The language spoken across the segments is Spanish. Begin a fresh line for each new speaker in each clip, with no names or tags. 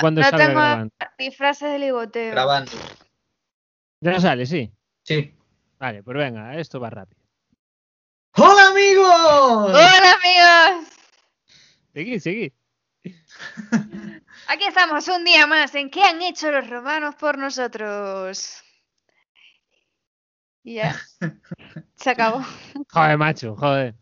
cuando
Ah, no
salga
tengo
grabando.
ni frases de ligoteo.
Grabando.
Ya sale, sí.
Sí.
Vale, pues venga, esto va rápido.
¡Hola, amigos!
Hola amigos,
Seguí, seguí.
aquí estamos un día más en qué han hecho los romanos por nosotros. Y ya, se acabó.
Joder, macho, joder.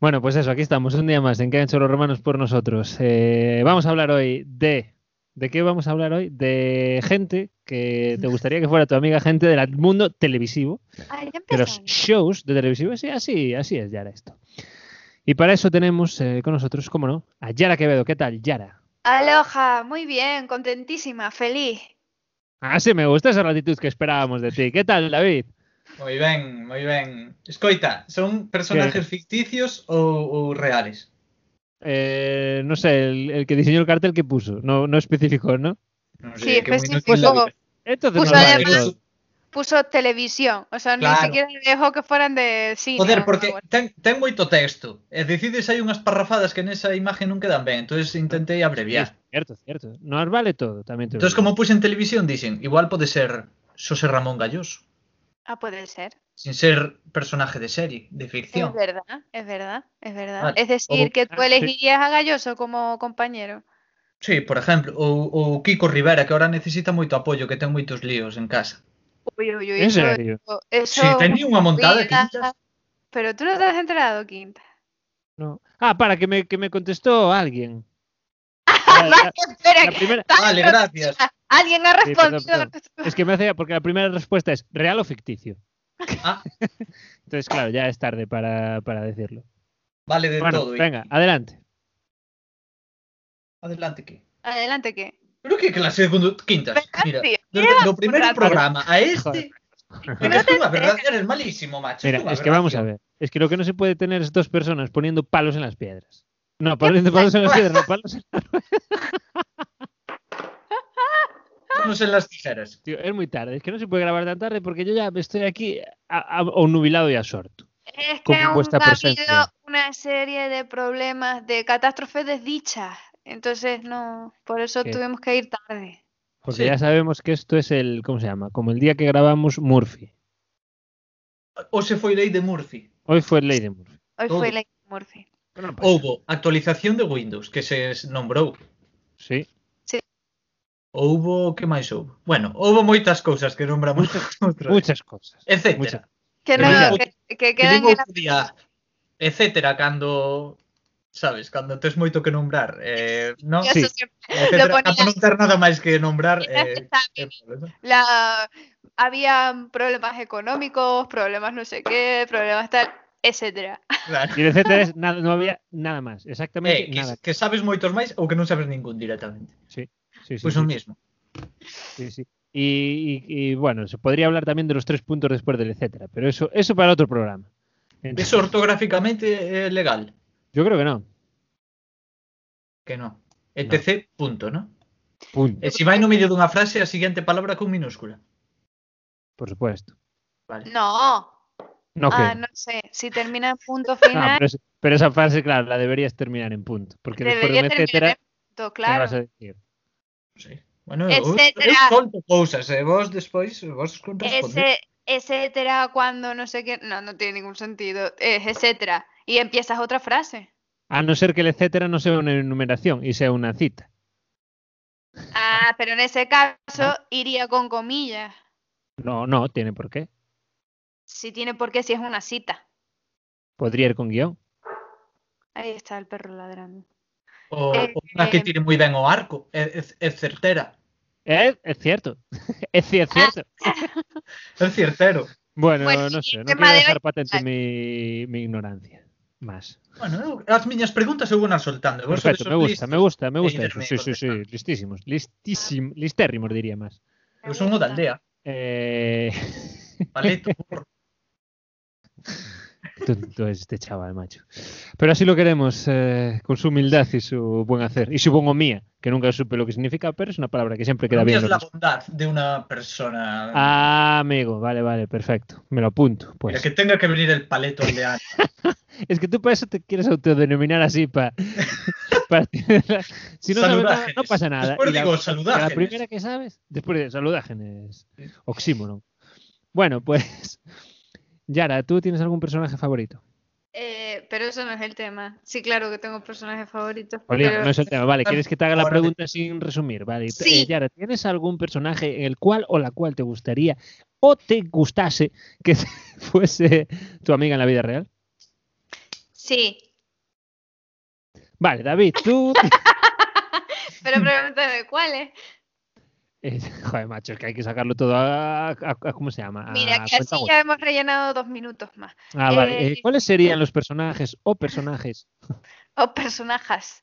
Bueno, pues eso, aquí estamos un día más en que han hecho los romanos por nosotros. Eh, vamos a hablar hoy de... ¿De qué vamos a hablar hoy? De gente que te gustaría que fuera tu amiga, gente del mundo televisivo.
Ay, ya
de los
empezamos.
shows de televisión. Sí, así, así es, Yara, esto. Y para eso tenemos eh, con nosotros, cómo no, a Yara Quevedo. ¿Qué tal, Yara?
Aloha, muy bien, contentísima, feliz.
Ah, sí, me gusta esa gratitud que esperábamos de ti. ¿Qué tal, David?
Muy bien, muy bien. Escoita, ¿son personajes ficticios ou, ou reales?
Eh, no sé, el, el que diseñó el cartel que puso. No, no especificó, ¿no?
Non
Sí,
qué
pues
muy
sí,
inútil
puso-
la vida.
Entonces
Puso
nos vale
además-
todo.
Puso televisión, o sea,
Claro.
ni siquiera dejó que fueran de cine.
Joder,
o
porque
algo.
ten, ten moito texto. E decides hai unhas parrafadas que nesa imaxe non quedan ben. entonces intentei abreviar.
Cierto, cierto. Nos vale todo, también te lo
entonces
digo.
como puxen televisión, dicen, igual pode ser Xosé Ramón Galloso.
Ah, puede ser.
Sin ser personaje de serie, de ficción.
Es verdad, es verdad, es verdad.
Vale.
Es decir,
O-
que
Ah,
tú
sí.
elegirías a Galloso como compañero.
Sí, por exemplo, ou, ou Kiko Rivera, que ahora necesita moito apoio, que ten moitos líos en casa.
Uy, uy, uy.
¿En
eso-
serio?
Eso,
Si, sí, tenía unha montada que
Mira, Pero tú no te has enterado, Quinta.
No. Ah, para, que me, que me contestó alguien. La- la-
Vale, espera,
la primera-
tal,
Vale,
pero-
gracias.
Alguien ha
Sí, perdón,
respondido.
Es que me hace... Porque la primera respuesta es real o ficticio.
Ah,
Entonces, claro, ya es tarde para, para decirlo.
vale de
bueno,
todo.
venga, adelante.
Adelante que.
Adelante, ¿qué?
Pero que clase de condu- quintas. Mira,
tío,
do, do primeiro
rato.
programa a
Joder.
este,
Pero
Venga,
no te
tú, a verdad,
enteras.
eres malísimo, macho.
Mira,
tú, a
es que
verdad,
vamos
tío.
a ver. Es que lo que no se puede tener es dos personas poniendo palos en las piedras. No, poniendo palos en las piedras, no, palos en...
Vamos en las tijeras.
Tío, es muy tarde. Es que no se puede grabar tan tarde porque yo ya estoy aquí a- a- obnubilado y absorto.
Es que
Con
aún
vuestra
ha habido
presencia.
una serie de problemas, de catástrofes desdichas. Entonces, no, por eso
¿Qué?
tuvimos que ir tarde.
Porque
Sí.
ya sabemos que esto es el, ¿cómo se llama? Como el día que grabamos Murphy.
Ou se foi lei de Murphy.
Hoy fue Ley de Murphy.
Hoy
Todo.
fue Ley Murphy.
Pero no pasa.
Houbo actualización de Windows, que se s- nombrou.
Sí.
Houbo, que máis houbo? Bueno, houbo moitas cousas que nombramos outra vez.
Muchas cosas.
Etcétera.
muchas.
Que,
Pero
no,
mira,
que, que
que
quedan
digo
en la-
outro día, etcétera, cando sabes, cando tes moito que nombrar, eh, no,
Sí.
Eso siempre-
etcétera,
Lo ponía-
cando non ter nada máis que nombrar, eh,
Está
eh,
bien. La, había problemas económicos, problemas no sé qué, problemas tal, etcétera.
claro.
Y de etcétera es nada- no había nada más. Exactamente
Eh, que,
nada.
que sabes moitos máis ou que non sabes ningún directamente.
Sí, sí,
Pois
sí.
o pues mismo.
Sí, sí. Y, y- y, bueno, se podría hablar también de los tres puntos después del etcétera, pero eso, eso para otro programa. Entonces,
Eso ortográficamente é legal,
Yo creo que no.
que non. ETC, punto, ¿no?
Punto,
E se vai no medio dunha frase, a siguiente palabra con minúscula.
por supuesto.
Vale.
No,
No creo.
ah, no sé, si termina en punto
Ah,
final,
pero, es- pero esa frase, claro, la deberías terminar en punto. Porque después de
debería
un
terminar
etcétera,
en punto,
¿qué
claro.
vas a decir?
Sí. Bueno, eu, eu
Etcétera.
solto cousas, e vos despois, vos respondéis.
Ese, etcétera, cuando no sé qué, no, no tiene ningún sentido, es etcétera. Y empiezas otra frase.
A no ser que el etcétera no sea una enumeración y sea una cita.
Ah, pero en ese caso
Ah.
iría con comillas,
No, no, tiene por qué.
si tiene por qué, si es una cita.
Podría ir con guión.
Ahí está el perro ladrando.
O,
Eh,
o unha que tire moi ben o arco, é, é, é certera.
Eh, Es cierto. Es, ci- es cierto.
É certero.
Bueno,
Bueno,
no
y
sé.
el
No quiero
tema pues de hoy-
dejar patente mi, mi ignorancia. Más.
Bueno, eu, as miñas preguntas eu vou nas soltando. Vos
Perfecto,
sodes
me
os
gusta,
listos.
me gusta, me gusta
e
eso.
irme
Sí, sí, sí,
contestando.
listísimos, listísimos, listérrimos diría más.
Me
Eu son o
gusta.
da aldea.
Eh,
Paleto, burro.
tonto es este chaval, macho. Pero así lo queremos, eh, con su humildad y su buen hacer. Y su bongomía, que nunca supe lo que significa, pero es una palabra que siempre queda bien.
Mira
en los-
la bondad de una persona.
Ah, amigo, vale, vale, perfecto. Me lo apunto,
Mira,
pues.
que tenga que venir el paleto aldeano.
Es que tú para eso te quieres autodenominar así, para si no sabes nada, no pasa nada.
Después
Y la-
digo,
que
saludágenes.
la primera que sabes, después de saludágenes, oxímoron. Bueno, pues Yara, ¿tú tienes algún personaje favorito?
Eh, pero eso no es el tema. Sí, claro que tengo personajes favoritos.
Olía,
pero-
no es el tema. Vale, ¿quieres que te haga la
Ahora
pregunta sin resumir? Vale, T-
Sí.
eh, Yara, ¿tienes algún personaje en el cual o la cual te gustaría o te gustase que fuese tu amiga en la vida real?
Sí,
Vale, David, tú.
pero pregúntame cuáles.
Eh, joder, macho, es que hay que sacarlo todo a. a- a- ¿Cómo se llama? A
Mira, que así
cuentagotas.
ya hemos rellenado dos minutos más.
Ah, vale.
eh,
Eh, ¿Cuáles serían los personajes o personajes?
O personajes.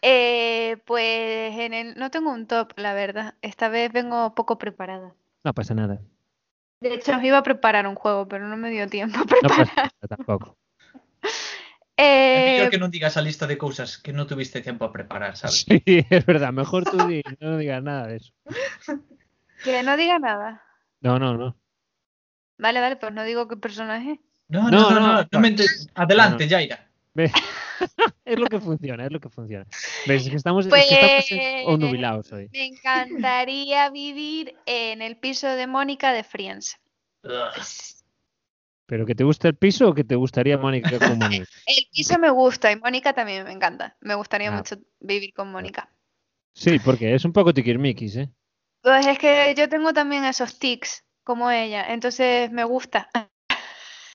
Eh, pues en el... no tengo un top, la verdad. Esta vez vengo poco preparada.
No pasa nada.
De hecho, os iba a preparar un juego, pero no me dio tiempo a
No pues,
preparar.
pasa nada tampoco.
É
Eh,
mellor que non digas a lista de cousas que non tuviste tempo a preparar, sabes?
Sí, es verdad. Mejor tú di, no digas nada de eso.
que no diga nada.
No, no, no.
Vale, vale, pues no digo qué personaje.
No,
No,
no, no,
no,
no, no, me entes- Adelante,
No,
Yaira.
Ve- es lo que funciona, es lo que funciona. ¿Ves? Es que estamos, es que estamos en-
Pues-
obnubilados hoy.
Me encantaría vivir en el piso de Mónica de Friends.
Ugh.
¿Pero que te gusta el piso o que te gustaría Mónica como mí?
El piso me gusta y Mónica también me encanta. Me gustaría
Ah.
mucho vivir con Mónica.
Sí, porque es un poco tiquirmiquis, ¿eh?
Pues es que yo tengo también esos tics como ella, entonces me gusta.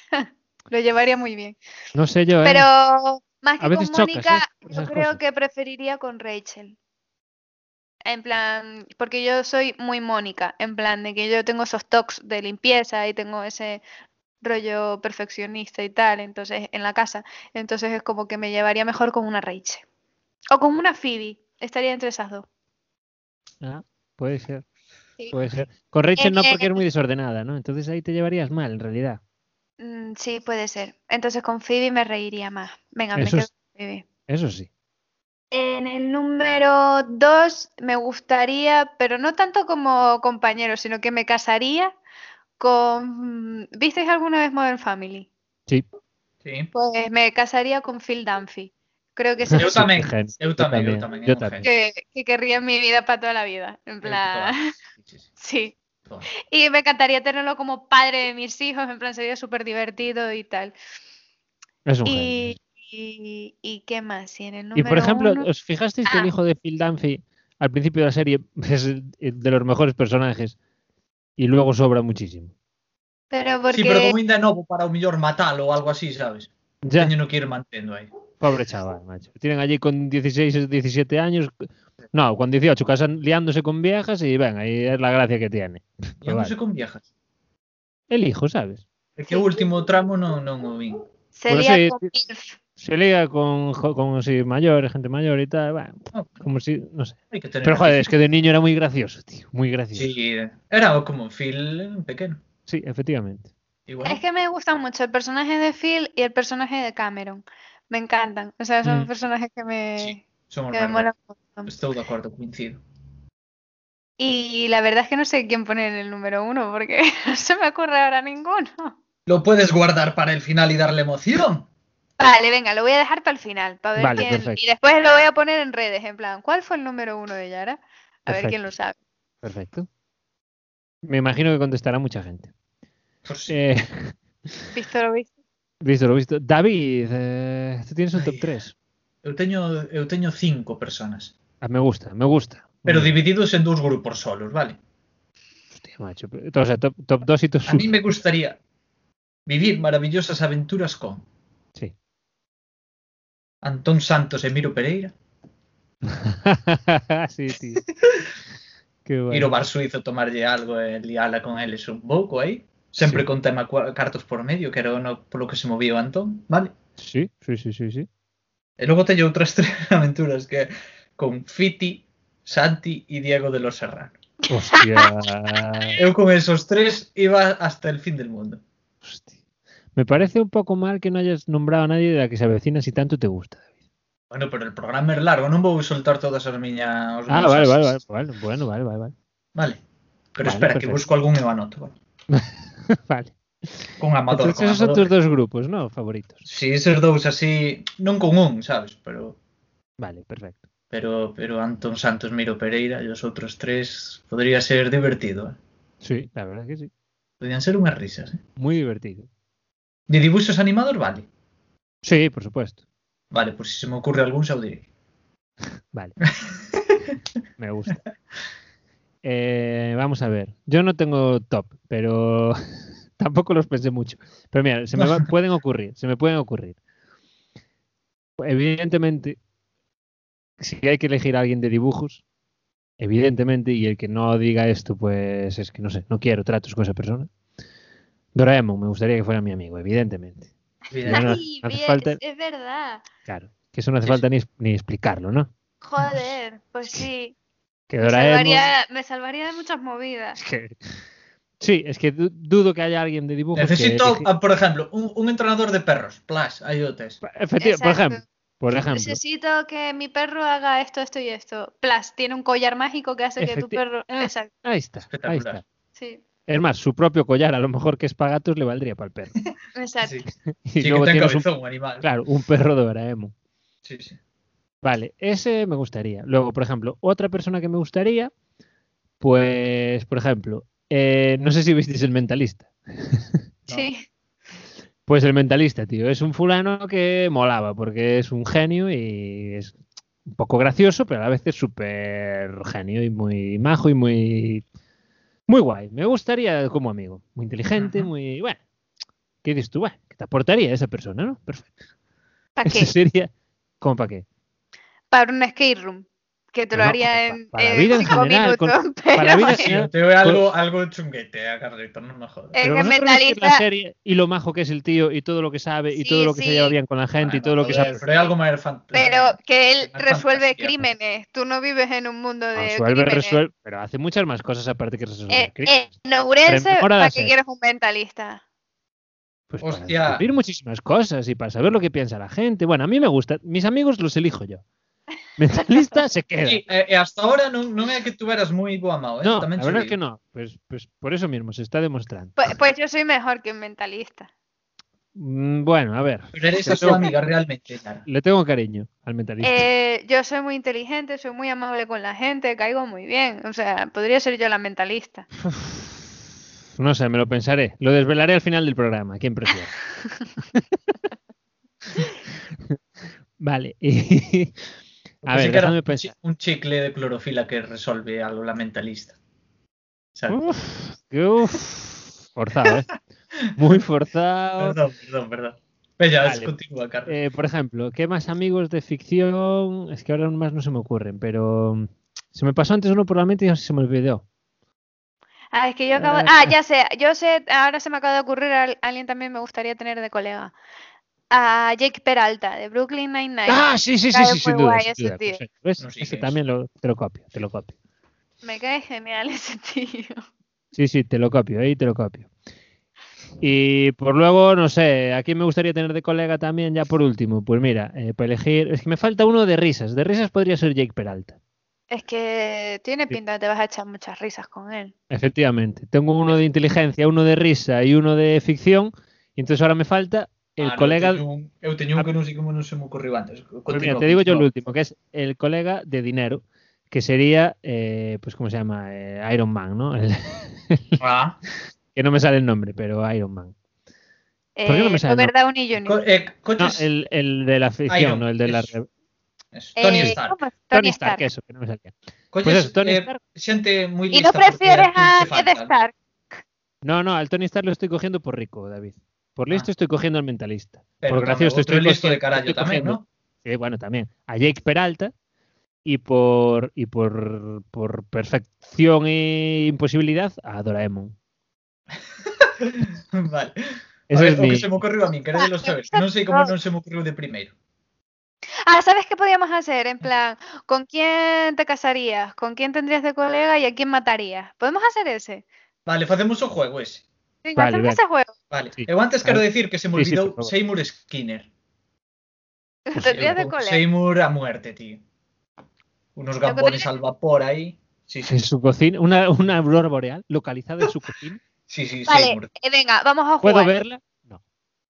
Lo llevaría muy bien.
No sé yo, ¿eh?
Pero más
a
que
veces
con
chocas,
Mónica,
¿eh? Con
yo
esas
creo
cosas.
que preferiría con Rachel. En plan, porque yo soy muy Mónica, en plan de que yo tengo esos toques de limpieza y tengo ese rollo perfeccionista y tal, entonces en la casa, entonces es como que me llevaría mejor con una Rachel o con una Phoebe, estaría entre esas dos.
Ah, puede ser.
Sí.
Puede ser. Con Rachel no,
Eh,
porque es muy desordenada, ¿no? Entonces ahí te llevarías mal, en realidad.
Mm, sí, puede ser. Entonces con Phoebe me reiría más. Venga, me
Eso
quedo
es-
con Phoebe.
Eso sí.
En el número 2 me gustaría, pero no tanto como compañero, sino que me casaría con... ¿Visteis alguna vez Modern Family?
Sí.
Sí.
Pues me casaría con Phil Dunphy. Creo que es el
Eu
Sí,
tamén,
qué genio.
eu tamén, eu tamén, é
Yo
un
tamén.
genio.
que, que querría en mi vida para toda la vida. En plan,
Sí, sí, sí.
sí.
Toma.
Y me encantaría tenerlo como padre de mis hijos, en plan sería súper divertido y tal.
Es un genio.
Y, y, y qué más? Y en el
Y por
número
ejemplo,
uno-
¿os fijasteis que el
Ah.
hijo de Phil Dunphy al principio de la serie es el- el de los mejores personajes y luego sobra muchísimo?
Pero
Sí, pero
porque...
como ainda é novo para o mellor matalo ou algo así, sabes?
Ya, Pues
Teño no que ir mantendo aí.
pobre chaval, macho. Tienen allí con 16, 17 años. No, con 18, casan, liándose con viejas y venga, ahí es la gracia que tiene.
E non se con viejas.
El hijo, ¿sabes?
É que o último tramo non, non o vin.
Sería
sí,
con
sí.
Milf.
Se liga con, jo- con si mayor, gente mayor y tal. bueno,
No,
como si, no sé.
hai que tener
Pero joder, es que de niño era muy gracioso, tío. Muy gracioso. Sí,
Sí, era como un Phil pequeno.
efectivamente.
Igual.
Es que me gustan mucho el personaje de Phil y el personaje de Cameron. Me encantan. O sea,
Mm.
son personajes que me,
Sí, somos
que me
máis
molan
raros.
mucho.
Estou de acordo, coincido.
Y la verdad es que no sé quién poner en el número uno porque no se me ocurre ahora ninguno.
Lo puedes guardar para el final y darle emoción.
Vale, venga, lo voy a dejar para el final. Para ver
Vale,
quién-
perfecto.
Y después lo voy a poner en redes, en plan, ¿cuál fue el número uno de Yara? A ver quién lo sabe.
Perfecto. Me imagino que contestará mucha gente.
Por si-
Eh,
¿Visto lo visto?
Visto lo visto. David, eh, tú tienes un top
Ay.
3.
Eu teño eu teño cinco personas,
Ah, me gusta, me gusta.
pero
Mm,
divididos en dous grupos solos, vale?
hostia, macho. pero- O sea, top, top 2 y top
A mí
1.
me gustaría vivir maravillosas aventuras con
Sí.
Antón Santos e Miro Pereira,
sí, tío. Qué
ir ao
bueno.
bar suizo tomarlle algo e liala con eles un pouco aí, sempre
Sí.
con tema cua- cartos por medio, que era ono polo que se movía o Antón, vale?
Sí, sí, sí, sí, sí.
E logo teño outras tres aventuras que é con Fiti, Santi e Diego de los Serrano.
Hostia.
Eu con esos tres iba hasta el fin del mundo.
hostia. Me parece un poco mal que no hayas nombrado a nadie de la que se avecina si tanto te gusta.
Bueno, pero el programa é largo, non vou soltar todas as miñas... os
Ah, vale,
meus ases.
vale, vale, vale. Bueno, vale, vale, vale.
Vale. Pero
Vale,
espera,
perfecto.
que busco algún e o anoto. Bueno,
Vale.
con Amador.
Entonces
Con
esos son
Amador.
tus dos grupos, ¿no? Favoritos.
Si eses dous así, non con un, sabes, pero
Vale, perfecto.
Pero, pero Anton Santos, Miro Pereira y los otros tres podría ser divertido. ¿eh?
Sí, la verdad es que sí.
Podrían ser unas risas. ¿eh?
Muy divertido.
¿De dibujos animados? Vale.
Sí, por supuesto.
Vale, pues si se me ocurre algún, se lo diré.
Vale. Me gusta. Eh, vamos a ver. Yo no tengo top, pero tampoco los pensé mucho. Pero mira, se me va- pueden ocurrir, se me pueden ocurrir. Evidentemente, si hay que elegir a alguien de dibujos, evidentemente, y el que no diga esto, pues es que no sé, no quiero tratos con esa persona. Doraemon, me gustaría que fuera mi amigo, evidentemente. Ya no
Ay,
hace
bien,
falta-
es- es verdad.
Claro, que eso no hace
Sí,
falta ni, ni explicarlo, ¿no?
Joder, pues sí.
Que
Me
Doraemon...
salvaría, me salvaría de muchas movidas.
que- Sí, es que du- dudo que haya alguien de dibujos que
Necesito,
eligi-
ah, por ejemplo, un, un entrenador de perros. Plus, ayúdate.
Efectivamente, por
Exacto.
ejemplo, por ejemplo,
Necesito que mi perro haga esto, esto y esto. Plus, tiene un collar mágico que hace que tu
Efecti-
perro.
Ah.
Exacto,
ahí está, ahí
Espectacular.
está.
sí.
Es más, su propio collar, a lo mejor que es para gatos, le valdría para el perro.
Exacto.
Sí,
Y
sí que
luego
ten
tienes un,
cabezón, animal.
claro, un perro de Doraemon.
Sí, sí.
Vale, ese me gustaría. Luego, por ejemplo, otra persona que me gustaría, pues, por ejemplo, eh, no sé si visteis el mentalista.
Sí.
Pues el mentalista, tío, es un fulano que molaba porque es un genio y es un poco gracioso, pero a la vez es súper genio y muy majo y muy muy guay. Me gustaría como amigo, muy inteligente,
Ajá.
muy bueno. ¿Qué dices tú? Bueno, que te aportaría esa persona, ¿no? Perfecto.
¿Para
Ese
qué? Eh,
sería ¿Cómo para qué?
Para un skate room. Que te lo
No,
haría
pa-
en,
para la
en
vida en
cinco
general, con-
minutos.
para la vida
pero
en
bueno,
general.
Sí, te veo algo, algo chunguete a Carlito, no me jodas.
Eh,
Pero
que
vosotros no veis la
mentalista-
serie y lo majo que es el tío y todo lo que sabe y
Sí,
todo lo que se
sí.
lleva bien con la gente y todo lo que
sí.
sabe.
Pero hay algo más fantástico.
pero que él
Una
resuelve
fantasía.
crímenes. Tú no vives en un mundo de.
Resuelve,
crímenes.
resuelve, pero hace muchas más cosas aparte que resolver.
Eh,
crímenes.
eh, en Ourense,
Rememora la
¿para qué
serie.
quieres un mentalista?
Pues
Hostia.
para descubrir muchísimas cosas y para saber lo que piensa la gente. Bueno, a mí me gusta. Mis amigos los elijo yo. Mentalista se queda.
Sí, eh, eh, hasta ahora non, non é que tuveras moi boa mao, eh?
no, la
tamén
verdad es que no. Pues, pues por eso mismo se está demostrando.
Pues, pues yo soy mejor que un mentalista.
Mm, Bueno, a ver.
Pero eres
Yo
a súa amiga realmente, Lara.
Le tengo cariño al mentalista.
Eh, yo soy muy inteligente, soy muy amable con la gente, caigo muy bien. O sea, podría ser yo la mentalista.
No sé, me lo pensaré. Lo desvelaré al final del programa. ¿Quién prefiere? vale. y- a
Pensé
ver,
que era
déjame
un chi-
pensar.
Un chicle de clorofila que resolve algo la mentalista.
Uh.
¿Sabes?
Uf, que uf, forzado, ¿eh? Muy forzado.
perdón, perdón, perdón. Venga,
Vale.
continúa, Carlos.
Eh, por ejemplo, ¿qué más amigos de ficción? Es que ahora más no se me ocurren, pero mm, se me pasó antes uno por la mente y ahora se me olvidó.
Ah, es que yo acabo.
Eh.
Ah, ya sé, yo sé, ahora se me acaba de ocurrir, al- alguien también me gustaría tener de colega. A Jake Peralta, de Brooklyn Nine-Nine.
Ah, sí, sí, sí,
Cae
sí, sin
muy
duda.
guay
sin
ese
duda,
tío.
perfecto. ¿Ves?
No
Ese
sigues.
también lo, te lo copio, te lo copio.
Me cae genial ese tío.
Sí, sí, te lo copio, ahí te lo copio. Y por luego, no sé, ¿a quién me gustaría tener de colega también? Ya por último, pues mira, eh, para elegir, es que me falta uno de risas. De risas podría ser Jake Peralta.
Es que tiene pinta de que te vas a echar muchas risas con él.
Efectivamente. Tengo uno de inteligencia, uno de risa y uno de ficción. Y entonces ahora me falta el
Ah, no,
colega. Ah.
teño un- Eu teño un que non sei como non se me ocurriu antes.
Pues
Continúa,
mira, te digo yo el
continúa.
último, que es el colega de dinero, que sería, eh, pues, ¿cómo se llama? Eh, Iron Man, ¿no? El-
Ah,
que no me sale el nombre, pero Iron Man. ¿Por qué no me
Eh,
sale el
Robert Downey Jr.
co- eh,
No,
coches...
el, el de la ficción,
Iron,
no el de la.
eso.
re-
es
Eh,
Tony Stark.
¿cómo es?
Tony Stark, eso, que no me salía.
Coches,
Pues eso, Tony
eh,
Stark.
xente moi
¿Y no
lista porque
prefieres a
Tony
Ned
Stark.
Stark?
No, no, al Tony Stark lo estoy cogiendo por rico, David. Por listo
Ah.
estoy cogiendo al mentalista.
Pero
por gracioso
otro
estoy
listo de
cogiendo-
carallo
estoy
tamén,
cogiendo-
¿no?
Sí, bueno, también. A Jake Peralta y por y por, por perfección e imposibilidad a Doraemon.
vale.
Ese
a ver,
es
o
mi-
que se me ocurriu a mí, querédelo saber. Non sei como non se me ocurriu de primeiro.
Ah, ¿sabes qué podíamos hacer? En plan, ¿con quién te casarías? ¿Con quién tendrías de colega y a quién matarías? ¿Podemos hacer ese?
Vale, facemos o juego ese.
Sí,
Vale,
hacemos
vale.
ese juego.
Vale.
Sí.
Eu antes quero
Vale.
decir que se me
Sí, sí,
olvidou
por favor.
Seymour Skinner.
Tendrías de
Eu-
colega.
Seymour a muerte, tío. Unos
que
gambones
tenía-
al vapor ahí. Sí, sí,
en su cocina, una, una aurora boreal localizada en su cocina.
sí, sí
Vale,
Seymour.
eh, venga, vamos a
¿Puedo
jugar.
verla? No.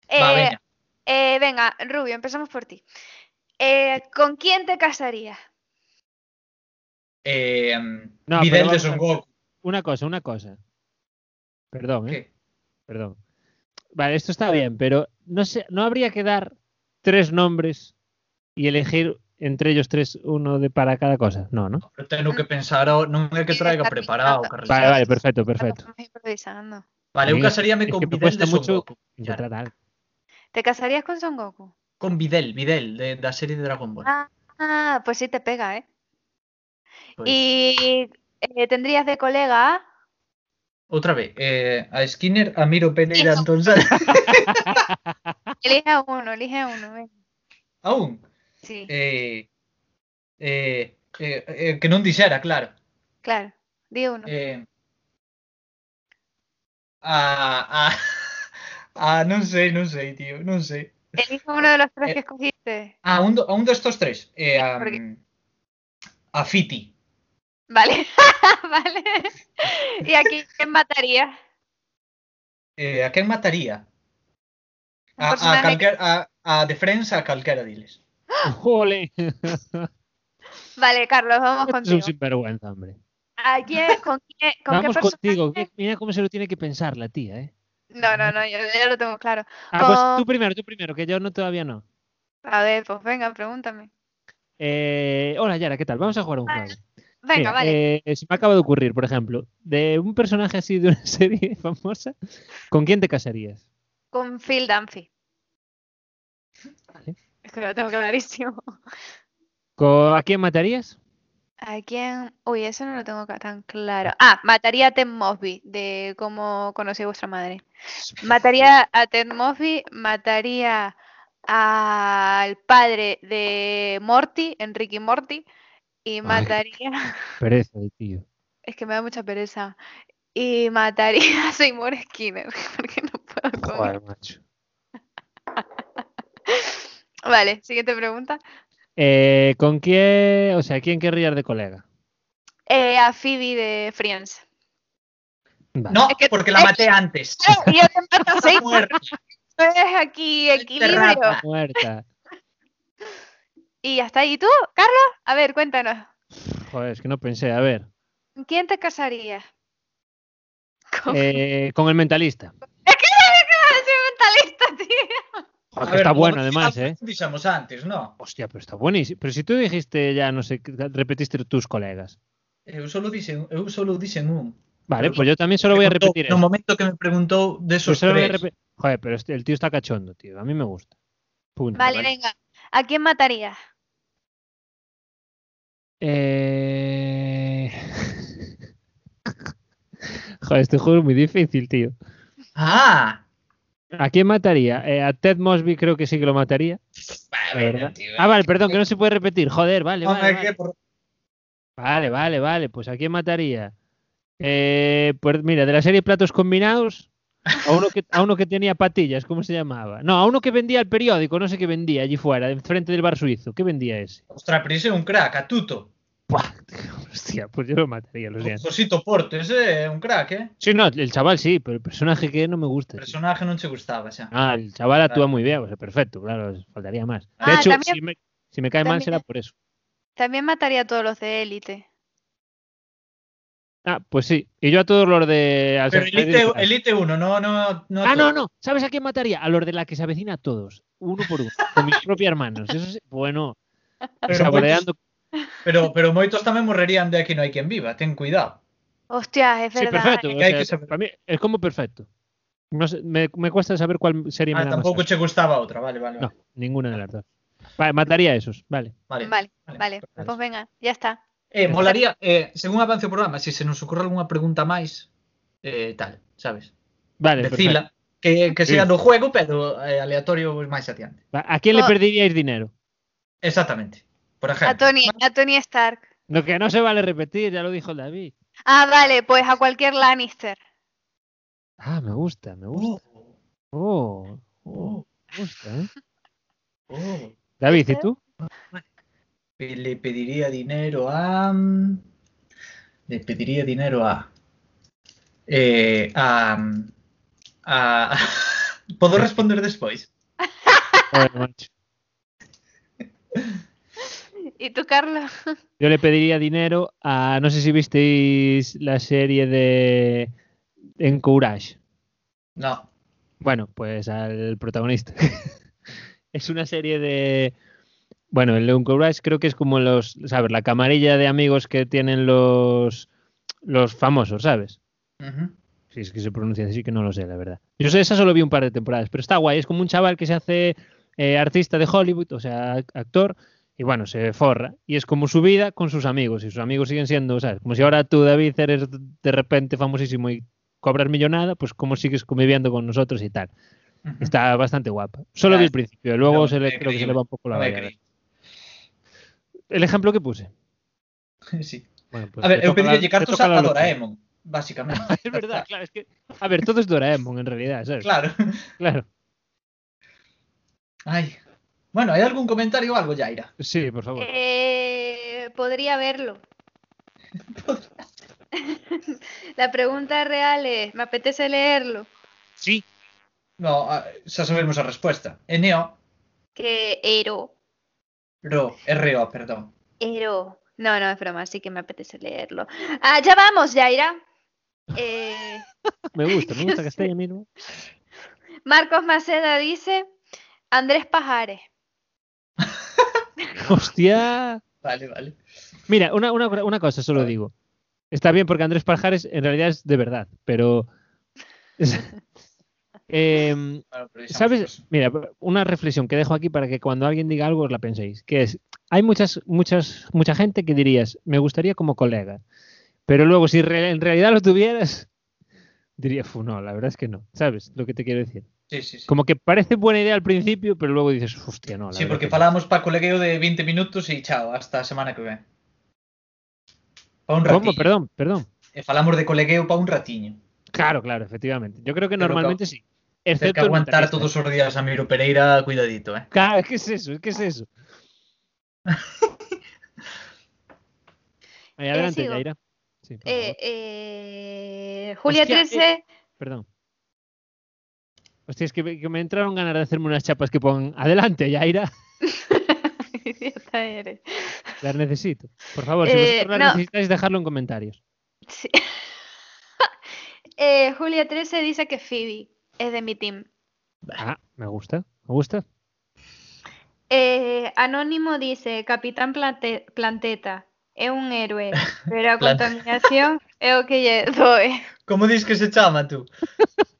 Eh,
Va, veña.
eh, venga, Rubio, empezamos por ti. Eh, ¿Con quién te casarías?
Eh, mm,
No, pero
Videl de
vamos
Son
a-
Goku.
Una cosa, una cosa. Perdón, ¿eh?
¿Qué?
Perdón. Vale, esto está bien, pero no sé, no habría que dar tres nombres y elegir entre ellos tres uno de para cada cosa. No, ¿no?
Eu Tenho que pensar, ao- non é que
Sí,
traiga
está
preparado,
pintado.
Carlos.
Vale, vale, perfecto, perfecto.
Estamos improvisando.
Vale, eu
Amiga,
casaríame
es
con
que me
Videl
cuesta
de Son
mucho-
Goku.
Encontrar algo.
¿Te casarías con Son Goku?
Con Videl, Videl, de, da serie de Dragon Ball.
Ah, ah, pues sí te pega, ¿eh?
Pois.
Y eh, tendrías de colega a-
Outra vez, eh, a Skinner, a Miro Pereira,
Eso.
Antón Sala.
Elige a uno, elige a uno. ven.
Aún.
Sí,
Eh, eh, eh, eh, que non dixera, claro.
claro. Di uno.
Eh, a, a, a, non sei, non sei, tío, non sei.
Elige uno de los tres
eh,
que escogiste.
A un, do- a un destos tres. Eh, a,
porque-
a Fiti.
Vale, vale. ¿Y aquí quién mataría?
Eh, a quen mataría?
Un
A, a,
personaje-
calquer, a, a de Friends a calquera diles.
¡Jole!
Vale, Carlos, vamos
Es un
contigo.
sinvergüenza, hombre.
¿A quién, con quién, con qué
Vamos contigo.
personaje?
que- Mira cómo se lo tiene que pensar la tía, ¿eh?
No, no, no, yo ya lo tengo claro.
Ah, pues
Con-
tú primero, tú primero, que yo no todavía no.
A ver, pues venga, pregúntame.
Eh, hola, Yara, ¿qué tal? Vamos a jugar a un juego.
Venga,
Mira,
vale.
eh, se me acaba de ocurrir, por ejemplo, de un personaje así de una serie famosa, ¿con quién te casarías?
Con Phil Dunphy.
Vale.
Es que lo tengo clarísimo.
¿Co- ¿A quién matarías?
¿A quién? Uy, eso no lo tengo ca- tan claro. Ah, mataría a Ted Mosby, de cómo conocí a vuestra madre. Mataría a Ted Mosby, mataría al padre de Morty, Enrique Morty, y mataría.
Pereza de tío.
Es que me da mucha pereza. Y mataría a Seymour Skinner, porque no puedo con
Joder, macho.
Vale, siguiente pregunta.
Eh, ¿Con quién? O sea, ¿quién querrías de colega?
Eh, a Phoebe de Friends.
Vale.
No,
Es que-
porque la
es-
maté antes.
Eh, yo te mato
Está
Seymour,
muerta.
es aquí equilibrio.
rata.
Muerta.
Y hasta ahí. ¿Y tú, Carlos? A ver, cuéntanos.
Joder, es que no pensé. A ver.
¿Con quién te casarías? Con...
eh, con el mentalista.
Ah, ¡Soy mentalista, tío!
Joder,
A
Ah, que
ver,
está bueno,
como
además,
dixamos-
¿eh?
Dixamos antes, no.
Hostia, pero está buenísimo. Pero si tú dijiste ya, no sé, que repetiste tus colegas.
Eu Eh, solo dixen, eu solo dixen un.
Vale,
Pero
pues yo también solo voy a
Preguntou-
repetir
No
eso.
momento que me preguntou de
Yo
esos
solo voy a
tres.
repe- Joder, pero este- el tío está cachondo, tío. A mí me gusta. Punto.
Vale, venga. ¿A quién matarías?
Eh... Joder, este juego es muy difícil, tío.
Ah,
¿A quién mataría? Eh, a Ted Mosby creo que sí que lo mataría. la
Bueno,
verdad.
tío,
ah, vale, perdón, que no se puede repetir. Joder, vale,
Hombre,
vale.
que
Vale,
por-
vale, vale, vale. Pues ¿a quién mataría? Eh, pues mira, de la serie Platos Combinados, a uno, que, a uno que tenía patillas, ¿cómo se llamaba? No, a uno que vendía el periódico, no sé qué vendía allí fuera, enfrente del bar suizo. ¿Qué vendía ese?
Ostras, pero ese é un crack, a tuto.
Buah, hostia, pues yo lo mataría, lo siento.
Josito Porto, ese é un crack, eh?
Sí, no, el chaval sí, pero el personaje que no me gusta. tío.
Personaje non che gustaba xa.
Ah, el chaval actúa muy bien, o sea, perfecto, claro, faltaría más. De
Ah,
hecho,
también-
si, me, si me cae mal
también-
será por eso.
También mataría a todos los de élite.
Ah, pues sí. Y yo a todos los de... al
Pero
ser-
Elite, Elite 1, no, no, no.
Ah,
todo.
no, no. ¿Sabes a quién mataría? A los de la que se avecina a todos. Uno por uno. Con mis propias manos. Eso sí. Bueno.
Pero
saboreando.
Pero, pero moitos tamén morrerían de aquí no hai quien viva, ten cuidado.
Hostia, es
Sí,
verdad.
perfecto.
hay
o
que
sea,
saber.
para mí es como perfecto. No sé, me, me cuesta saber cuál sería
Ah, tampouco che gustaba outra, vale, vale.
No,
vale.
ninguna de las dos. Vale, mataría a esos. Vale.
Vale.
Vale,
vale,
vale.
perfecto.
Pues venga, ya está.
Eh, molaría, eh, según avance o programa, se se nos ocorre alguna pregunta máis, eh, tal, sabes?
Vale, perfecto.
Decila, que, que
Sí.
sea do juego, pero eh, aleatorio pois, máis adiante.
Va, ¿A
Oh.
quién le
No.
perderíais dinero?
Exactamente. Por
A
ejemplo.
Tony, a Tony Stark.
Lo que no se vale repetir, ya lo dijo el David.
Ah, vale, pues a cualquier Lannister.
Ah, me gusta, me gusta.
Oh,
Oh, oh,
oh,
me gusta, ¿eh?
oh.
David, ¿y tú?
Pe- Le pediría dinero a. Le pediría dinero a. Eh, a. a... ¿Puedo responder despois?
Joder, macho.
¿Y tú, Carlos?
Yo le pediría dinero a. No sé si visteis la serie de. Encourage.
No.
Bueno, pues al protagonista. es una serie de. Bueno, el Encourage creo que es como los. ¿Sabes? La camarilla de amigos que tienen los. Los famosos, ¿sabes?
Ujú.
Si es que se pronuncia así, que no lo sé, la verdad. Yo sé, esa solo vi un par de temporadas, pero está guay. Es como un chaval que se hace eh, artista de Hollywood, o sea, ac- actor, y bueno, se forra. Y es como su vida con sus amigos, y sus amigos siguen siendo, ¿sabes? Como si ahora tú, David, eres de repente famosísimo y cobras millonada, pues cómo sigues conviviendo con nosotros y tal.
Ujú.
Está bastante guapa. Solo
Ah,
vi el principio, luego
no
se
me
le, creo que se
creí,
le va un poco la
no me
olla, la verdad. El ejemplo que puse.
creí. Sí.
Bueno, pues
A ver,
te
eu
toca
pediría
la-
llegar
te
tus
toca la
a
lotería.
Doraemon, básicamente.
Es verdad, claro, es que. A ver, todo es Doraemon en realidad, ¿sabes?
Claro.
claro.
Ay. Bueno, ¿hay algún comentario o algo, Yaira?
Sí, por favor.
Eh, podría verlo. La pregunta real es, ¿me apetece leerlo?
Sí.
No, ah, xa sabemos a resposta. Eneo,
Que ero,
ro, RO, perdón.
ero. No, no, es broma, sí que me apetece leerlo. Ah, ya vamos, Yaira. Eh,
Me gusta, me gusta que esté ahí mismo.
Marcos Maceda dice, Andrés Pajares.
Hostia.
Vale, vale.
Mira, una, una, una cosa solo digo. Está bien porque Andrés Pajares en realidad es de verdad, pero... Em,
Bueno, pero deixamos
¿Sabes?
eso.
Mira, una reflexión que dejo aquí para que cuando alguien diga algo os la penséis, que es, hay muchas, muchas, mucha gente que dirías, me gustaría como colega, pero luego si re- en realidad lo tuvieras, diría, "Fu, no, la verdad es que no, ¿sabes lo que te quiero decir?
Sí, sí, sí.
Como que parece buena idea al principio, pero luego dices, hostia, no. La
Sí,
verdad
porque
que no".
falamos para colegueo de 20 minutos e chao, hasta a semana que ven. Pa un
¿Cómo?
ratiño.
Perdón, perdón.
E falamos de colegueo pa un ratiño.
Claro, claro, efectivamente. Yo creo que
Pero
normalmente sí.
Ter
Excepto
que
el
aguantar
guitarrista.
todos os días a Miro Pereira, cuidadito, eh.
Claro, ¿qué es eso? ¿Qué es eso? Ahí, adelante,
Eh, sigo.
Yaira. Sí, por
Eh,
favor.
eh, Julia
Hostia, eh.
13,
Perdón. Hostia, es que me, que me entraron ganas de hacerme unas chapas que pongan adelante, Yaira.
idiota eres.
Las necesito. Por favor, si
Eh,
vosotros las
no.
necesitáis, dejadlo en comentarios.
Sí. Eh, Julia 13 dice que Phoebe es de mi team.
Ah, me gusta, me gusta.
Eh, Anónimo dice, Capitán Plante- Planteta, es un héroe, pero a
Plante-
contaminación es o que lle doe.
Como dis que se chama tú?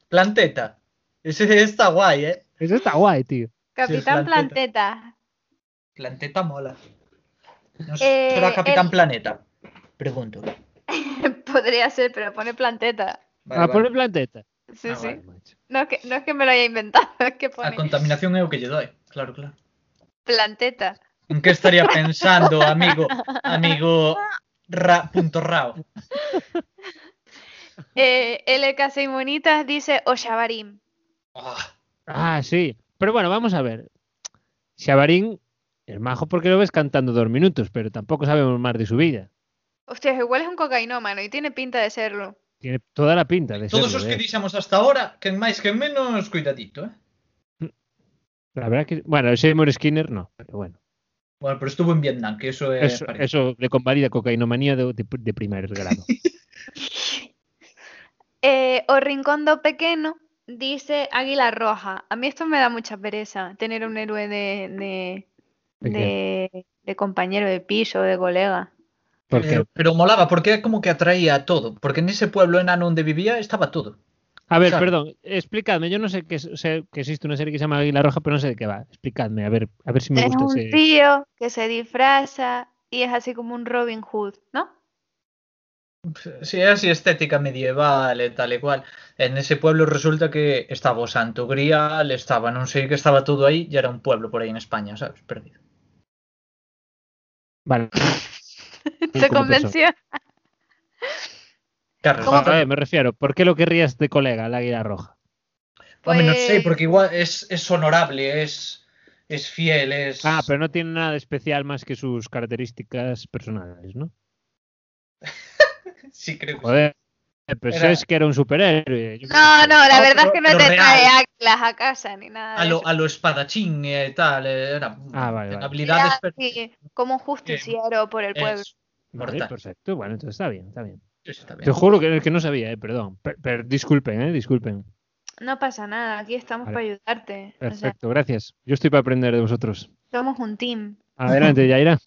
Planteta. Ese está guai, eh.
Eso está guay, tío.
Capitán
Planteta.
Planteta.
Planteta mola. No
Eh,
será Capitán
el-
Planeta. Pregunto.
Podría ser, pero pone Planteta.
Vale,
a
vale.
poner planteta.
Sí,
Ah,
sí.
vale. Ah,
macho.
No, es que, no es que me lo haya inventado, es que
A
pone
contaminación é o que lle doi, claro, claro.
Planteta.
En que estaría pensando, amigo, amigo ra, punto rao?
Eh, LK Seimonitas dice Oshabarim.
Ah,
Ah, sí. Pero bueno, vamos a ver. Xabarín es majo porque lo ves cantando dos minutos, pero tampoco sabemos más de su vida.
Hostia, igual es un cocainómano y tiene pinta de serlo.
Tiene toda la pinta de
todos
serlo,
os que
eh.
dixemos hasta ahora, que máis que menos, cuidadito, eh.
La verdad que, bueno, el Seymour Skinner no, pero bueno.
Bueno, pero estuvo en Vietnam, que eso é
Eso,
parecido.
eso le convalida cocainomanía de, de- de primer grado.
Eh, o Rincondo Pequeño dice Águila Roja. A mí esto me da mucha pereza, tener un héroe de, de, de, de compañero de piso, de colega.
Porque,
Eh,
Eh, Pero, pero molaba, porque é como que atraía a todo. Porque nese pueblo enano onde vivía estaba todo.
a ver,
claro.
perdón, explicadme. Yo no sé que, sé que existe una serie que se llama Águila Roja, pero no sé de qué va. Explicadme, a ver, a ver si me
Es
gusta.
un
ese-
tío que se disfraza y es así como un Robin Hood, ¿no?
Si é así estética medieval e tal e cual. En ese pueblo resulta que estaba o Santo Grial, estaba non sei que estaba todo aí, e era un pueblo por aí en España, sabes? Perdido.
Vale.
Se
como persona.
convenció.
Carlos,
No,
¿Cómo
va,
a ver, me refiero, ¿por qué lo querrías de colega, el Águila Roja? Ah,
Home, non sei,
Pues-
porque igual es, es honorable, es, es fiel, es...
Ah, pero no tiene nada de especial más que sus características personales, ¿no?
Sí, creo que sí.
Joder, pero
Era-
eso es que era un superhéroe. yo qué
No,
sé.
no, la
No,
verdad es
pero-
que no
pero
te
real.
trae anclas a casa ni nada.
A
de
lo,
eso.
a lo espadachín y tal. eh, Era,
Ah, vale,
en
vale.
habilidades
Era
pero-
así, como un justiciero por el pueblo.
es-
Vale,
mortal.
perfecto. Bueno, entonces está bien, está bien.
eso está bien.
Te juro que, que no sabía, eh, perdón. Per- per- disculpen, eh, disculpen.
No pasa nada, aquí estamos
Vale.
para ayudarte. O sea,
Perfecto, gracias. Yo estoy para aprender de vosotros.
somos un team.
Adelante, Yaira.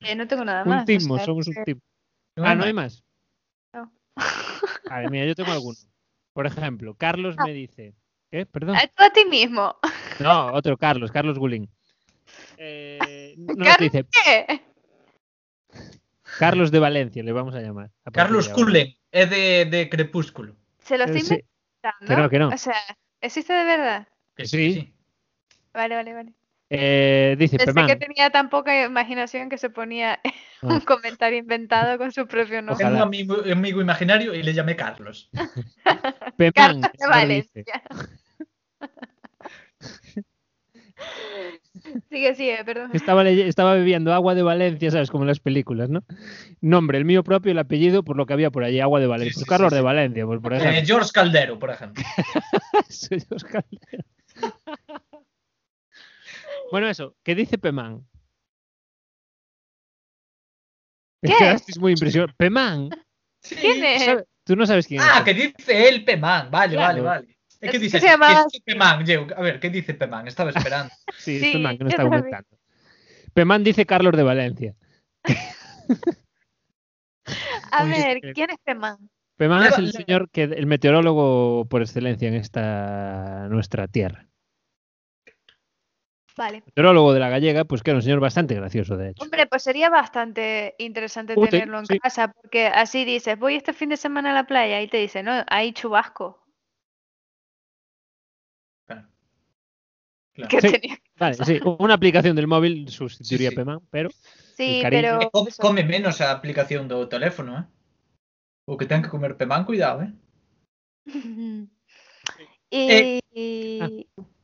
Eh, no tengo nada más.
Un
o
timo,
sea,
somos un
que-
timo.
No
Ah,
hay
no hay
más.
más.
No.
A ver, mira, yo tengo algunos. Por ejemplo, Carlos me dice. ¿Qué? Perdón.
Ah, Tú a ti mismo.
No, otro Carlos, Carlos Gulín. Eh, no, no,
Carlos,
te dice
¿Qué?
Carlos de Valencia, le vamos a llamar. a partir
Carlos
de ahora.
Cullen es de, de Crepúsculo.
Se lo
Eh,
estoy
sí,
inventando.
que no, que no.
O sea, ¿existe de verdad?
Que
Sí.
Vale, vale, vale.
Eh, dice
Pensé
Pemán.
que tenía tan poca imaginación que se ponía
Ah.
un comentario inventado con su propio
Tengo
nombre.
Ojalá.
un amigo, amigo imaginario y le llamé Carlos.
Pemán.
Carlos de
nos dice.
Valencia. sigue, sigue, perdón.
Estaba, leye- estaba bebiendo agua de Valencia, ¿sabes? Como en las películas, ¿no? Nombre, el mío propio, el apellido, por lo que había por allí, agua de Valencia.
Sí, sí,
Carlos
sí,
de
sí.
Valencia, pues, por ejemplo.
Eh, George Caldero, por ejemplo.
Soy Oscar León. bueno, eso, ¿qué dice Pemán? Te
¿Qué?
quedasteis muy impresionado. Pemán,
Sí.
¿Quién es?
¿sabe- tú no sabes quién
Ah,
es.
que dice el Pemán. Vale,
Claro.
vale, vale. Eh, ¿Qué
Es
dice?
que se llama-
¿Qué dice Pemán, Yeu? A ver, ¿qué dice Pemán? Estaba esperando.
Sí, es
sí,
Pemán, que no
yo
está
también.
comentando. Pemán dice Carlos de Valencia.
A
Uy,
ver,
eh,
¿quién es este Pemán?
Pemán
Le
es
va-
el
le-
señor que el meteorólogo por excelencia en esta nuestra tierra.
Vale.
Meteorólogo de la gallega, pues que era un señor bastante gracioso, de hecho.
Hombre, pues sería bastante interesante
Útil,
tenerlo en
sí.
casa, porque así dices, voy este fin de semana a la playa y te dice, no, hay chubasco.
Claro. Claro.
Que
Sí.
tenía-
Vale, sí, una aplicación del móvil sustituiría
sí.
a Pemán, pero
Sí,
cariño.
pero...
Eh,
Eh, com-
eso,
Come menos a aplicación do teléfono, eh? O que ten que comer Pemán, cuidado, eh? Eh,
Y-
ah,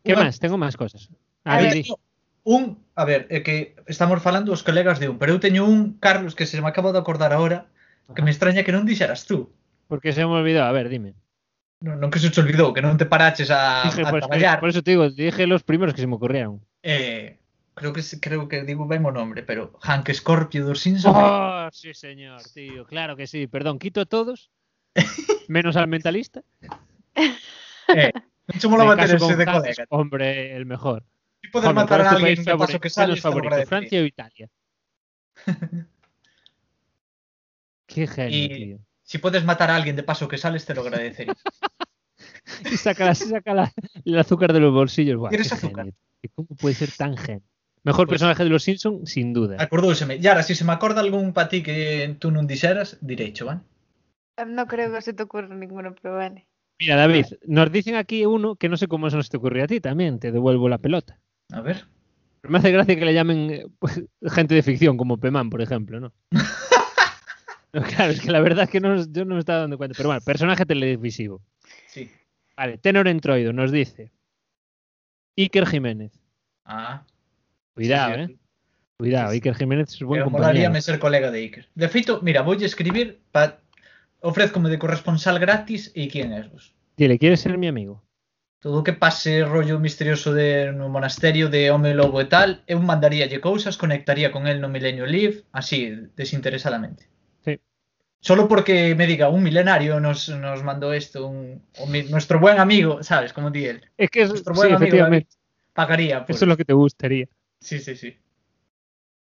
¿qué
Unha-
más? Tengo más cosas.
A
Ah,
Eu
ver.
di, di.
teño un, a ver, é que estamos falando dos colegas de un, pero eu teño un, Carlos, que se me acabo de acordar agora, que me extraña que non dixeras tú.
Porque se me olvidó, a ver, dime.
Non, non que se te olvidou, que non te paraches a,
Dije,
Ah, a
pues,
traballar.
por eso te digo, dije los primeros que se me ocurrieron.
Eh, creo que se- creo que digo ben o nombre, pero Hank Scorpio dos Simpsons.
Oh, sí, señor, tío, claro que sí. Perdón, quito a todos, menos al mentalista.
Eh, non se molaba
Me caso con
ter ese de
Hans,
colega.
Hombre, el mejor.
Ti
Joder,
poder matar
¿cuál es
a
tu
alguén
país
no paso
favorito?
que
¿Cuál
sales,
es
está
favorito, Francia o Italia. Qué genio,
Y-
tío.
Si podes matar a alguén de paso que sales, te lo agradecería.
Y saca, la- saca la- el azúcar de los bolsillos. Buah,
¿Quieres
qué
azúcar?
genio, tío. ¿Cómo puede ser tan genio? Mejor
Pues-
personaje de los Simpsons, sin duda.
Acordóuseme. E ahora, se se me acorda algún pa ti que tú non dixeras, direi, vale?
ah, No creo que se te ocurra ninguno, pero vale.
Mira, David, nos dicen aquí uno que no sé cómo se nos te ocurrió a ti también. Te devuelvo la pelota.
A ver.
Pero me hace gracia que le llamen eh, pues, gente de ficción, como Pemán, por ejemplo, ¿no? No, claro, es que la verdad es que no, nos- yo no me estaba dando cuenta. Pero bueno, personaje televisivo.
Sí.
Vale, Tenor Entroido nos dice Iker Jiménez.
Ah.
Cuidado,
sí, sí.
¿eh? Cuidado,
Sí, sí.
Iker Jiménez es buen
Pero
compañero.
molaríame ser colega de Iker. De feito, mira, voulle escribir pa... ofrezcome de corresponsal gratis e quién es vos.
Dile, ¿quieres ser mi amigo?
Todo o que pase rollo misterioso de no monasterio de home lobo e tal, eu mandaríalle cousas, conectaría con el no Milenio Live, así, desinteresadamente.
Sí.
Solo porque me diga un milenario nos, nos mandó esto, un, o mi- nuestro buen amigo, ¿sabes? Como di él.
Es que es,
Nuestro
sí,
buen amigo David.
efectivamente,
Pagaría. Por...
eso es lo que te gustaría.
Sí, sí, sí.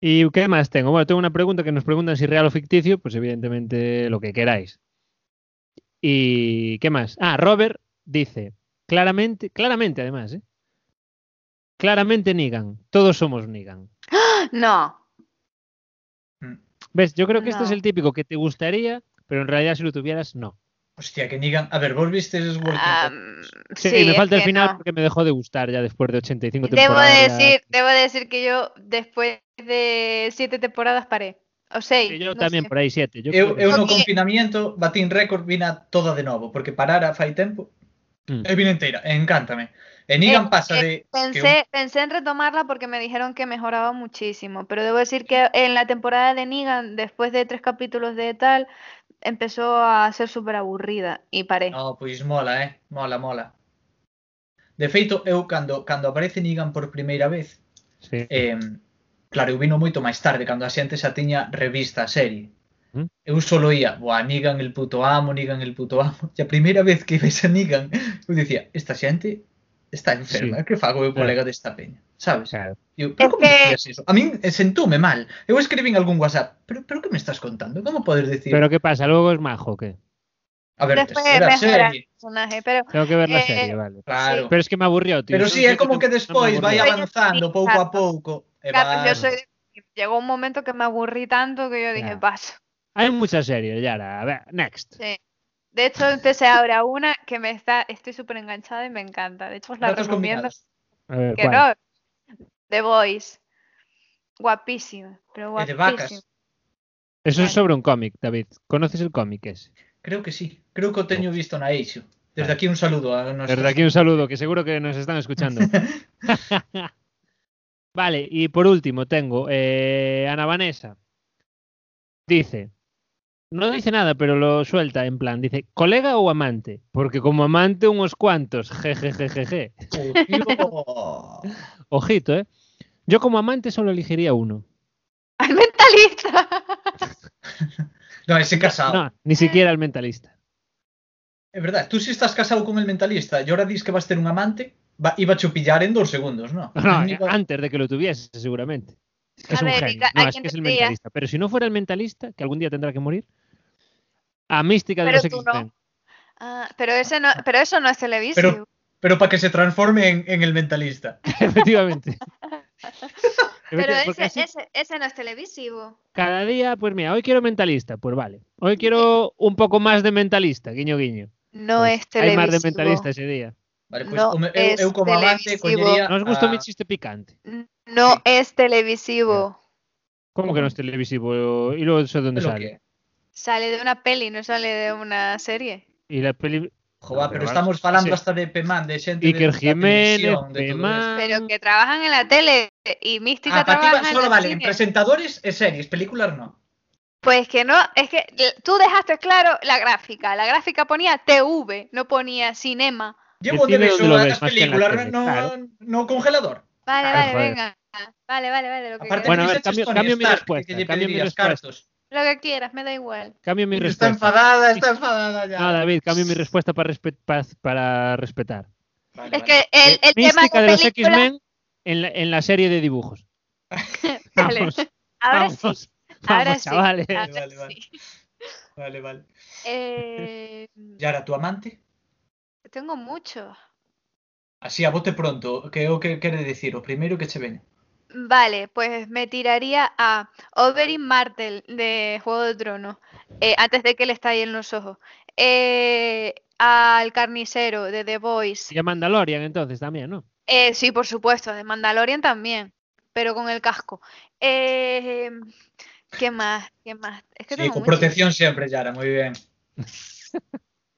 ¿Y qué más tengo? Bueno, tengo una pregunta que nos preguntan si real o ficticio, pues evidentemente lo que queráis. ¿Y qué más? Ah, Robert dice, claramente, claramente además, ¿eh? Claramente Negan, todos somos Negan.
No,
Mm.
¿Ves? Yo creo que este
No.
es el típico que te gustaría, pero en realidad si lo tuvieras, no.
Hostia, que digan... A ver, vos viste esos Working
ah,
Dead?
mm,
Sí,
sí,
me
es
falta el
que
final
no.
porque me dejó de gustar ya después de 85
Debo
temporadas.
decir, debo decir que yo después de siete temporadas paré. O seis.
Sí, yo
no
también
sé.
por ahí siete. Yo
Eu,
creo que-
eu no
Porque-
confinamiento batín récord vina toda de novo, porque parara fai tempo.
Mm.
E vin inteira, e encántame. E Nigan
Eh,
pasa
eh,
de
Pensé, pensé en retomarla porque me dijeron que mejoraba muchísimo, pero debo decir que en la temporada de Negan, después de tres capítulos de tal, empezó a ser súper aburrida e paré.
No, pois mola, eh? Mola, mola. De feito, eu cando cando aparece Negan por primeira vez,
Sí.
eh, claro, eu vino moito máis tarde, cando a xente xa tiña revista a serie.
Mm.
Eu solo ia, boa, Negan el puto amo, Negan el puto amo. E a primeira vez que ves a Negan, eu dicía, esta xente está enferma,
Sí.
que fago eu
Claro.
colega desta peña? Sabes?
Claro.
Eu, pero
Es
como
que-
dicías iso? A min eh, sentoume mal. Eu escribín algún WhatsApp, pero, pero que me estás contando? Como podes decir?
Pero ¿qué pasa? ¿Luego es majo o qué?
a ver,
Después
terceira
mejora el
serie.
personaje, pero
Tengo que ver la
Eh,
serie, vale.
Claro.
sí.
Pero es que me aburrió, tío.
Pero
No
sí,
sé
é como
no-
que
no me
despois vai
aburrió.
avanzando.
avanzando pouco a eh, pouco. E
claro, yo
vas-
soy de- llegó un momento que me aburrí tanto que yo dije,
Ya.
paso.
Hay muchas series, Yara. A ver, next.
Sí. De hecho, empecé ahora una que me está, estoy súper enganchada y me encanta. De hecho, os la
Datos
recomiendo.
combinados.
A ver,
Que
¿cuál?
no. The Voice. Guapísima, pero
E de
guapísima.
vacas.
Eso es sobre un cómic, David. ¿Conoces el cómic ese?
Creo que sí. Creo que o teño visto na Eixo. Desde aquí un saludo a nosotros.
Ah. Desde aquí un saludo, que seguro que nos están escuchando. vale, y por último tengo eh, Ana Vanessa. Dice, no dice nada, pero lo suelta en plan, dice, colega o amante, porque como amante unos cuantos, jejejejeje.
Oh, tío.
Ojito, ¿eh? Yo como amante solo elegiría uno.
¡Ay, mentalista!
no, ese casado.
No, ni siquiera el mentalista.
É verdade, tú si estás casado con el mentalista e ahora dis que vas ter un amante, va, iba a chupillar en dos segundos, no?
No,
Iba-
antes de que lo tuviese, seguramente. Es que
A
es un
ver,
genio.
Ica,
No,
hay
es
quien
que es el
decía-
mentalista. Pero si no fuera el mentalista, que algún día tendrá que morir, a Mística de
Pero
los
tú no.
X-Men.
Ah, pero, ese no, pero eso no es televisivo.
Pero- Pero para que se transforme en, en el mentalista.
Efectivamente.
Pero
Efectivamente, porque
ese,
así
ese, ese no es televisivo.
cada día, pues mira, hoy quiero mentalista, pues vale. Hoy quiero un poco más de mentalista, guiño, guiño.
No
Pues,
es televisivo.
Hay más de mentalista ese día.
Vale, pois
No
como eu,
es
eu como amante
televisivo.
coñería
¿No os gustó
a-
mi chiste picante?
No
Sí.
es televisivo.
¿Cómo que no es televisivo? Y luego eso de dónde
lo
sale.
que é.
Sale de una peli, no sale de una serie.
Y la peli...
Jova,
No,
pero,
pero vas-
estamos falando
sí.
hasta de Pemán, de xente de-
Iker
da
Jiménez,
televisión, de todo
Pemán...
Pero que trabajan en la tele y Mística
Ah, para ti
trabaja
va-
en
solo
el
valen
cine.
presentadores e series, películas no.
Pues que no, es que l- tú dejaste claro la gráfica. La gráfica ponía TV, no ponía cinema.
Llevo
cine
de
donde lo
beso a
ves,
las
más que en la
películas,
tele,
no,
claro.
no congelador.
Vale,
Ay,
vale,
joder.
venga. Vale, vale, vale, lo que,
Aparte
Bueno,
quieras.
a
que
ver, cambio-
dices Tony
cambio mi
Stark,
respuesta,
que lle
cambio mi
pedirías
respuesta.
cartos.
lo que quieras, me da igual.
Cambio mi
Está
respuesta.
enfadada, está enfadada ya.
No, David, cambio mi respuesta para, respe- pa- para respetar.
Vale,
es
vale. Eh,
que el, el tema
Eh, Mística
de,
de los
película-
X-Men en la, en la serie de dibujos.
Vale,
Vamos,
ahora
vamos,
sí,
vamos,
ahora sí, Ah.
chavales.
ahora
Vale, vale.
sí.
Vale, vale.
Eh,
Yara, tu amante?
tengo mucho.
Así, a bote pronto, que é o que quere decir, o primeiro que che veña.
Vale, pues me tiraría a Oberyn Martell de Juego de Tronos, eh, antes de que le estallen los ojos. Eh, al carnicero de The Voice.
Y a Mandalorian entonces también, ¿no?
Eh, sí, por supuesto, de Mandalorian también, pero con el casco. Eh, ¿qué más? ¿Qué más? Es que
Sí,
tengo
con
muchas,
protección sempre, Yara, moi ben.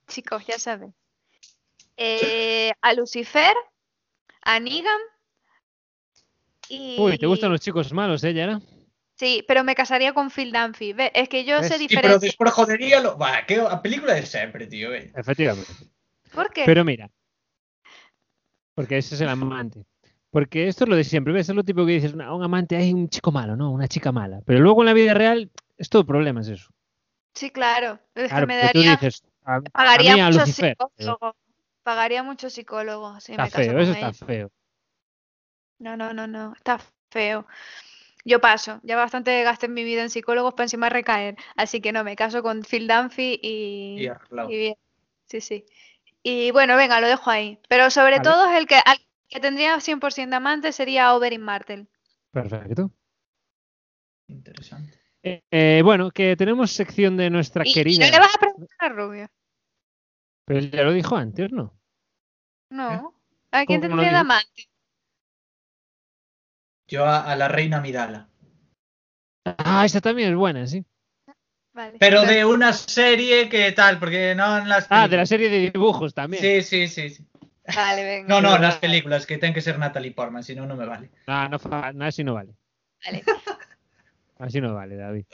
chicos, ya saben. Eh, a Lucifer, a Negan y...
Uy, ¿te gustan los chicos malos, eh, Yara?
Sí, pero me casaría con Phil Dunphy. Ve, Es que yo
¿Ves?
sé
Sí, pero
diferenciar.
despois joderíalo. Va, que a película de sempre, tío, eh. ben.
Efectivamente.
¿Por qué?
Pero mira, porque ese es el amante. Porque esto es lo de siempre, ¿ves? Es lo típico que dices, "Una- un amante hay un chico malo, ¿no? Una chica mala. Pero luego en la vida real es todo problemas eso.
Sí, claro. Es que
Claro,
Pues me
porque tú
daría-
dices, "Ah, a, a
pagaría
mí a
mucho
Lucifer.
psicólogo. Pagaría mucho psicólogo si
Está
me caso
feo,
con
eso
él.
está feo.
No, no, no, no, está feo. Yo paso, ya bastante gasté en mi vida en psicólogos para encima recaer, así que no, me caso con Phil Dunphy y,
E arreglado.
y bien. Sí, sí. Y bueno, venga, lo dejo ahí. Pero sobre
Vale.
todo el que, al que tendría 100% de amante sería Oberyn Martell.
Perfecto.
Interesante.
Eh, eh, bueno, que tenemos sección de nuestra
Y, y
querida.
no le vas a preguntar a
¿Eh?
Rubio.
Pero ya lo dijo antes, ¿no?
No. ¿A quién
¿Cómo no
tendría de
digo?
amante?
Yo a, a la reina Midala.
Ah, esta también es buena, sí.
Vale.
Pero
no-
de una serie que tal, porque no en las
Ah, de la
películas.
serie de dibujos también. Ah,
Sí, sí, sí, sí.
Vale, venga.
No, no, en las películas,
Ah,
que ten que ser Natalie Portman, si no, no me vale.
No, no, fa- no, así no vale.
Vale.
Así no vale, David.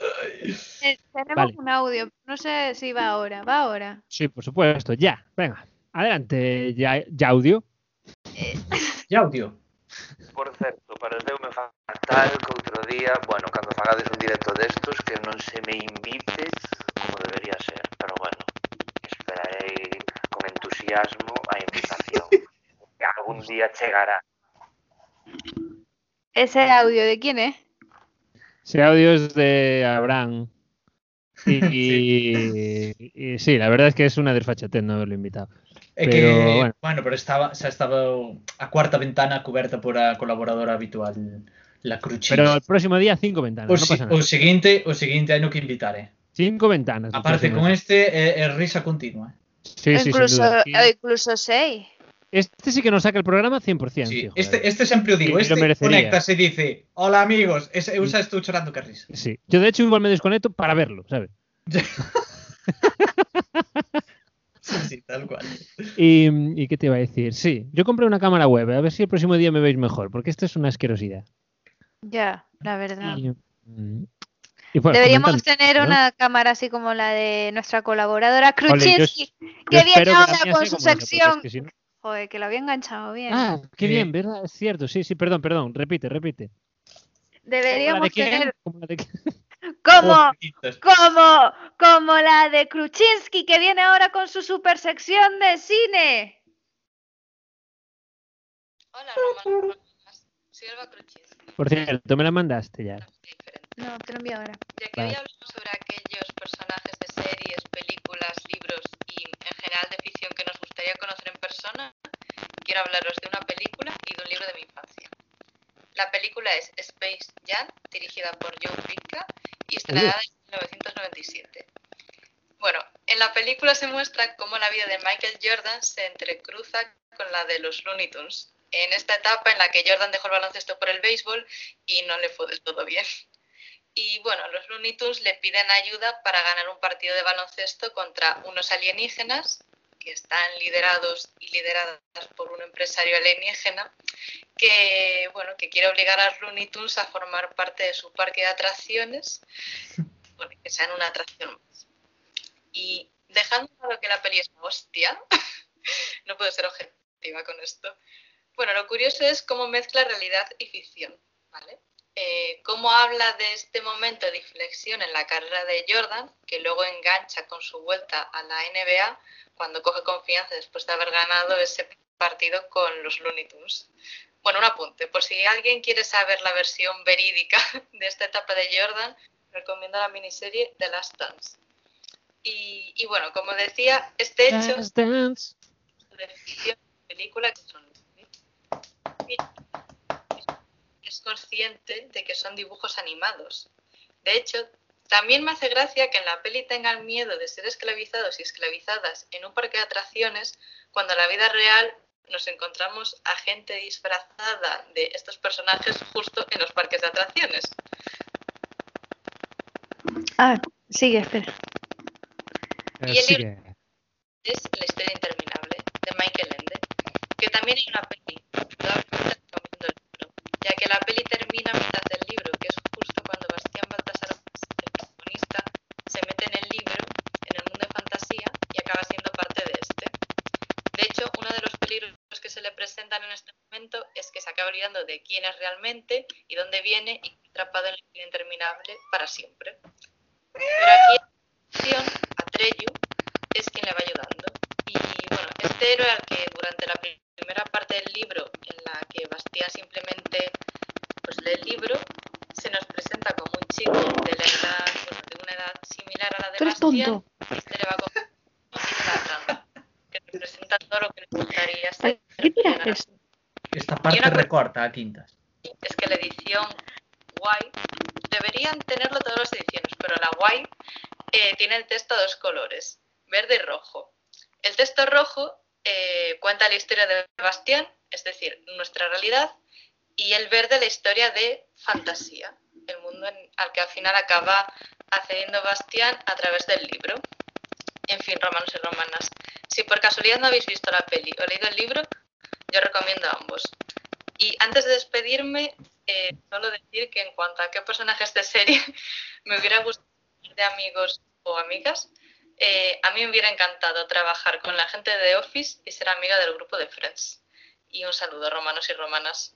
Eh, Tenemos
Vale.
un audio, no sé si va ahora, va ahora.
Sí, por supuesto, ya. Venga, adelante, ya, ya audio.
Ya, audio.
Por certo, pareceume fatal que outro día, bueno, cando fagades un directo destos, que non se me invite como debería ser, pero bueno, esperarei con entusiasmo a invitación. que algún día chegará.
¿Ese audio de quién es?
Ese audio es de Abraham. Y y- y sí. la verdad es que es una desfachatez no haberlo invitado.
É
Pero,
que,
bueno.
bueno, pero estaba, xa estaba o- a cuarta ventana coberta por a colaboradora habitual, la Cruchis.
Pero el próximo día, cinco ventanas.
o,
no
si-
pasa
o
nada.
seguinte, o seguinte ano que invitare.
Cinco ventanas. el
Aparte,
próximo
con
día.
este é, é risa continua. eh.
Sí,
O
sí, sin
incluso,
duda. Aquí-
o incluso seis.
Este sí que nos saca el programa 100%.
Sí,
tío, joder.
este, este sempre o digo,
Sí,
este
lo merecería.
conectase e dice, hola amigos, ese, eu xa estou chorando que risa.
Sí. Yo de hecho igual me desconecto para verlo, ¿sabes?
Sí, sí, tal cual.
Y, ¿y qué te iba a decir? Sí, yo compré una cámara web, a ver si el próximo día me veis mejor, porque esto es una asquerosidad.
Ya, la verdad.
Y, mm, y bueno,
Deberíamos
comentando,
tener
¿no?
una cámara así como la de nuestra colaboradora Kruczynski,
Yo
que bien
espero que la
ahora
mía
con
sea
su
como esa, porque es
sección.
que si no-
Joder, que lo había enganchado bien.
Ah, qué
Sí.
bien, ¿verdad? Es cierto, sí, sí, perdón, perdón, repite, repite. ¿Como la
Deberíamos
de quién? Oh.
tener
¿Como la de quién?
como,
Pobrecitos.
como, como la de Kruczynski, que viene ahora con su super sección de cine.
Hola, Román. Soy Alba Cruchis.
Por cierto, me la mandaste ya.
No, te lo envío ahora.
Ya que
Vale.
hoy hablamos sobre aquellos personajes de series, películas, libros y en general de ficción que nos gustaría conocer en persona, quiero hablaros de una película y de un libro de mi infancia. La película es Space Jam, dirigida por Joe Pica y estrenada en 1997. Bueno, en la película se muestra cómo la vida de Michael Jordan se entrecruza con la de los Looney Tunes, en esta etapa en la que Jordan dejó el baloncesto por el béisbol y no le fue del todo bien. Y bueno, los Looney Tunes le piden ayuda para ganar un partido de baloncesto contra unos alienígenas que están liderados y lideradas por un empresario alienígena que, bueno, que quiere obligar a los Looney Tunes a formar parte de su parque de atracciones, bueno, que sean una atracción más. Y dejando claro que la peli es una hostia, no puedo ser objetiva con esto. Bueno, lo curioso es cómo mezcla realidad y ficción, ¿vale? eh, cómo habla de este momento de inflexión en la carrera de Jordan, que luego engancha con su vuelta a la NBA cuando coge confianza después de haber ganado ese partido con los Looney Tunes. Bueno, un apunte, por si alguien quiere saber la versión verídica de esta etapa de Jordan, recomiendo la miniserie The Last Dance. Y, y bueno, como decía, este hecho
Just Dance.
de ficción, película que son y es consciente de que son dibujos animados. De hecho, también me hace gracia que en la peli tengan miedo de ser esclavizados y esclavizadas en un parque de atracciones cuando en la vida real nos encontramos a gente disfrazada de estos personajes justo en los parques de atracciones.
Ah, sigue, espera.
Y el
Así
libro-
que-
es La historia interminable de Michael Ende, que también hay una peli, probablemente recomiendo el libro, ya que la peli termina a mitad del libro, que es justo cuando Bastián Baltasar, el protagonista, se mete en el libro, en el mundo de fantasía, y acaba siendo parte de este. De hecho, uno de los peligros que se le presentan en este momento es que se acaba olvidando de quién es realmente y dónde viene y queda atrapado en la historia interminable para siempre. Pero aquí en Atreyu es quien le va ayudando. Y bueno, este héroe al que durante la pri- primera parte del libro, en la que Bastia simplemente pues, lee el libro, se nos presenta como un chico de la edad, bueno, de una edad similar a la de
Tú eres
Bastia,
tonto.
y este le va cogiendo la trama, que representa todo lo que le gustaría
¿Por
ser.
qué tiraste eso?
Esta parte
Quiero-
recorta a quintas.
es que la edición guay deberían tenerlo todas las ediciones, pero la guay eh, tiene el texto a dos colores, verde y rojo. El texto rojo eh, cuenta la historia de Bastián, es decir, nuestra realidad, y el verde la historia de fantasía, el mundo en- al que al final acaba accediendo Bastián a través del libro. En fin, romanos y romanas. Si por casualidad no habéis visto la peli o leído el libro, yo recomiendo ambos. Y antes de despedirme, Eh, solo decir que en cuanto a qué personajes de serie me hubiera gustado de amigos o amigas, eh, a mí me hubiera encantado trabajar con la gente de The Office y ser amiga del grupo de Friends. Y un saludo, romanos y romanas.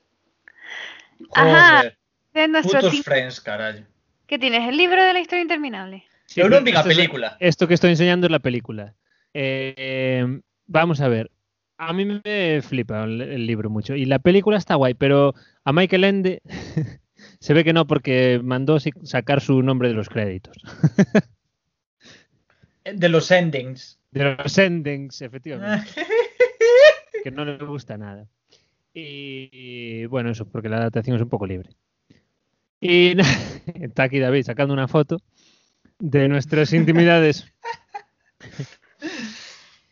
Ajá.
Joder,
De nuestro
putos
team.
friends, carajo.
¿Qué tienes? El libro de la historia interminable.
Sí,
Yo no vi la
esto es-
película.
Esto que estoy enseñando es la película. Eh, vamos a ver. A mí me flipa el, el libro mucho. Y la película está guay, pero a Michael Ende se ve que no, porque mandó si- sacar su nombre de los créditos.
eh, De los endings. Ah,
De los endings, efectivamente. que no le gusta nada. Y, y, bueno, eso, porque la adaptación es un poco libre. Y na- está aquí David sacando una foto de nuestras intimidades.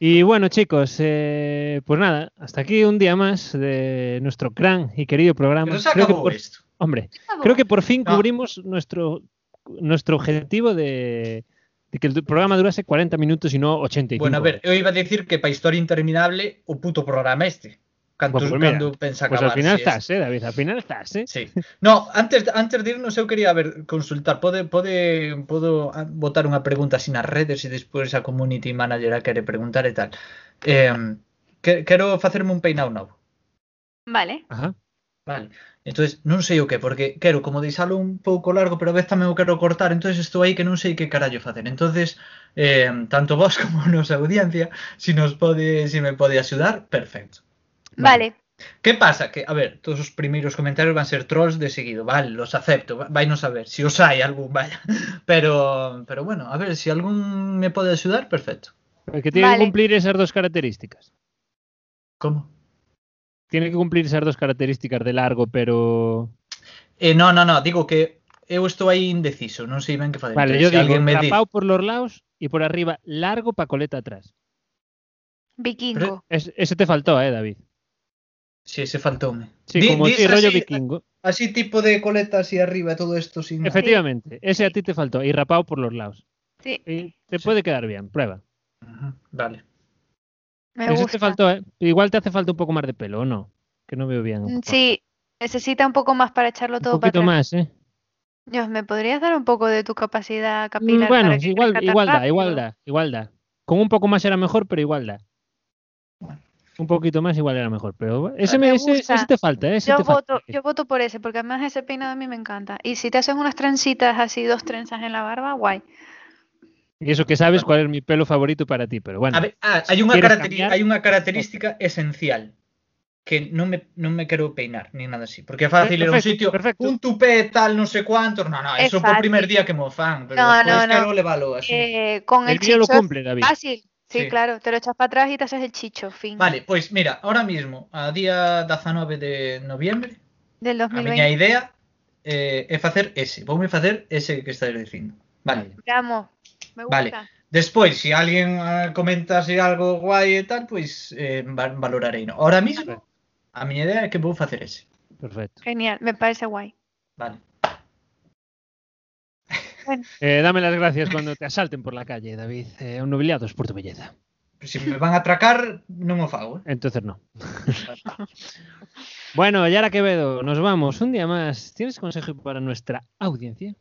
Y bueno, chicos, eh, pues nada, hasta aquí un día más de nuestro gran y querido programa.
Pero se
Creo que
acabó
por-
esto.
hombre, creo que por fin
No.
cubrimos nuestro, nuestro objetivo de, de que el programa durase 40 minutos y no 85.
Bueno, a ver, eu iba a decir que para historia interminable o puto programa este. Canto,
Bueno, pues mira,
cando pensa
Pues al
acabar,
final
si
estás, ¿eh, David? Al final estás, ¿eh?
Sí. No, antes antes de irnos eu quería ver consultar, pode pode podo ah, botar unha pregunta así nas redes e despois a community manager a quere preguntar e tal. Eh, que, quero facerme un peinado novo.
Vale.
Ajá.
Vale. Entonces, non sei o que, porque quero como deixalo un pouco largo, pero a vez tamén o quero cortar, entonces estou aí que non sei que carallo facer. Entonces, eh, tanto vos como a nosa audiencia, si nos pode, si me pode axudar, perfecto.
Vale.
Que pasa? Que, a ver, todos os primeiros comentarios van ser trolls de seguido, vale, los acepto, va- vai non saber, se os hai algún, vaya. Pero, pero bueno, a ver, se algún me pode axudar, perfecto.
El que tiene
Vale.
que cumplir esas dos características.
Como?
Tiene que cumplir esas dos características de largo, pero.
Eh, no, no, no, digo que eu estou aí indeciso, non sei ben que facer.
Vale,
Entonces,
yo
se
digo,
alguén me di-
rapado por los lados y por arriba, largo pa' coleta atrás.
Vikingo.
Es- ese te faltó, ¿eh, David?
Si, ese faltoume.
Sí,
Di- ah,
como
dis
sí, rollo
así-
vikingo.
Así tipo de coletas y arriba, todo esto sin...
Efectivamente, ese a ti te faltó. Y rapado por los lados.
Sí,
Y te puede quedar bien, prueba.
Ujú, Vale.
me
Ese
gusta.
te faltó, ¿eh? Igual te hace falta un poco más de pelo, ¿o no? Que no veo bien.
Mm, Sí, necesita un poco más para echarlo
un
todo para
poquito
atrás.
más, ¿eh?
Dios, ¿me podrías dar un poco de tu capacidad
Mm,
capilar?
Bueno,
para que
igual,
crezca tan
igual da,
rápido?
igual da, igual da. Con un poco más era mejor, pero igual da. Un poquito más igual era mejor, pero ese,
Me
me, ese,
gusta.
ese te falta, ¿eh? Ese
Yo
te falta.
voto, yo voto por ese, porque además ese peinado a mí me encanta. Y si te haces unas trencitas así, dos trenzas en la barba, guay.
Y eso que sabes cuál es mi pelo favorito para ti, pero bueno.
A ver, ah, hai unha
¿Quieres
caracteri-
cambiar?
hai unha característica esencial que non me non me quero peinar ni nada así, porque é fácil ir a un
Perfecto,
sitio,
perfecto.
un tupé tal, non sei cuántos, no, no,
É
eso por
fácil.
primer día que mo fan, pero
No,
despois
no, no.
quero leválo así.
Eh, con el,
el mío lo
chicho es
cumple, David.
fácil. Sí,
Sí.
claro, te lo echas para atrás y te haces el chicho, fin.
Vale, pois mira, ahora mismo, a día 19 de noviembre,
Del
a miña
2020.
idea eh, é facer ese, voume facer ese que estás dicindo. Vale.
Vamos, me gusta.
Vale. Despois, se alguén ah, comenta se algo guai e tal, pois eh, va- valorarei. No. Ahora mismo, a miña idea é que vou facer ese.
Perfecto.
Genial, me parece guay.
Vale.
Eh, dame las gracias cuando te asalten por la calle, David. Eh, un nobiliado es por tu belleza.
Se me van a atracar, non o fago. Eh?
Entonces no. Bueno, Yara Quevedo, nos vamos. Un día más. ¿Tienes consejo para nuestra audiencia?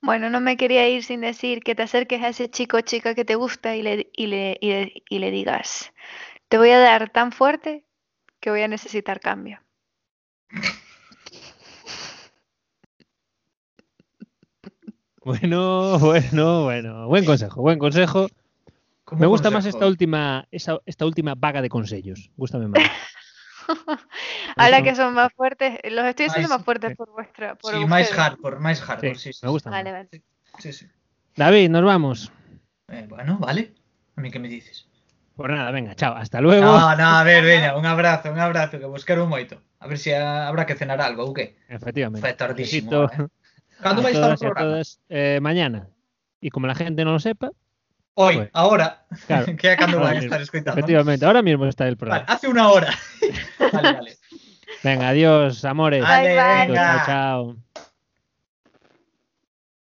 Bueno, no me quería ir sin decir que te acerques a ese chico o chica que te gusta y le, y le, y le, y le digas, te voy a dar tan fuerte que voy a necesitar cambio.
Bueno, bueno, bueno. Buen consejo, buen consejo.
Como
Me gusta más
consejo.
esta última, esa- esta última vaga de consejos. Gústame más.
Ahora
Eso-
que son más fuertes, los estoy haciendo
Más-
más fuertes
sí.
por vuestra. Por
Sí, máis
ustedes.
hardcore, máis hardcore,
Sí,
sí, sí.
me gusta.
Vale,
más.
vale.
Sí, sí.
David, nos vamos.
Eh, bueno, vale. A mí que me dices.
Por Pues nada, venga, chao. Hasta luego.
No, no, a ver, veña, un abrazo, un abrazo, que vos quero moito. A ver se ah, habrá que cenar algo ou que.
Efectivamente.
Fue
Besito
tardísimo, ahora, Cando
a
vai estar o
todas y a
programa?
todas. Eh, mañana. Y como la gente no lo sepa,
Hoy,
Bueno.
agora,
claro,
que é cando
Ahora
vai
mismo,
estar escoitando.
efectivamente, ahora mismo está el
Vale,
programa.
hace una hora. vale, vale.
Venga, adiós, amores.
Bye,
Vale,
bye.
Chao,
venga.
chao.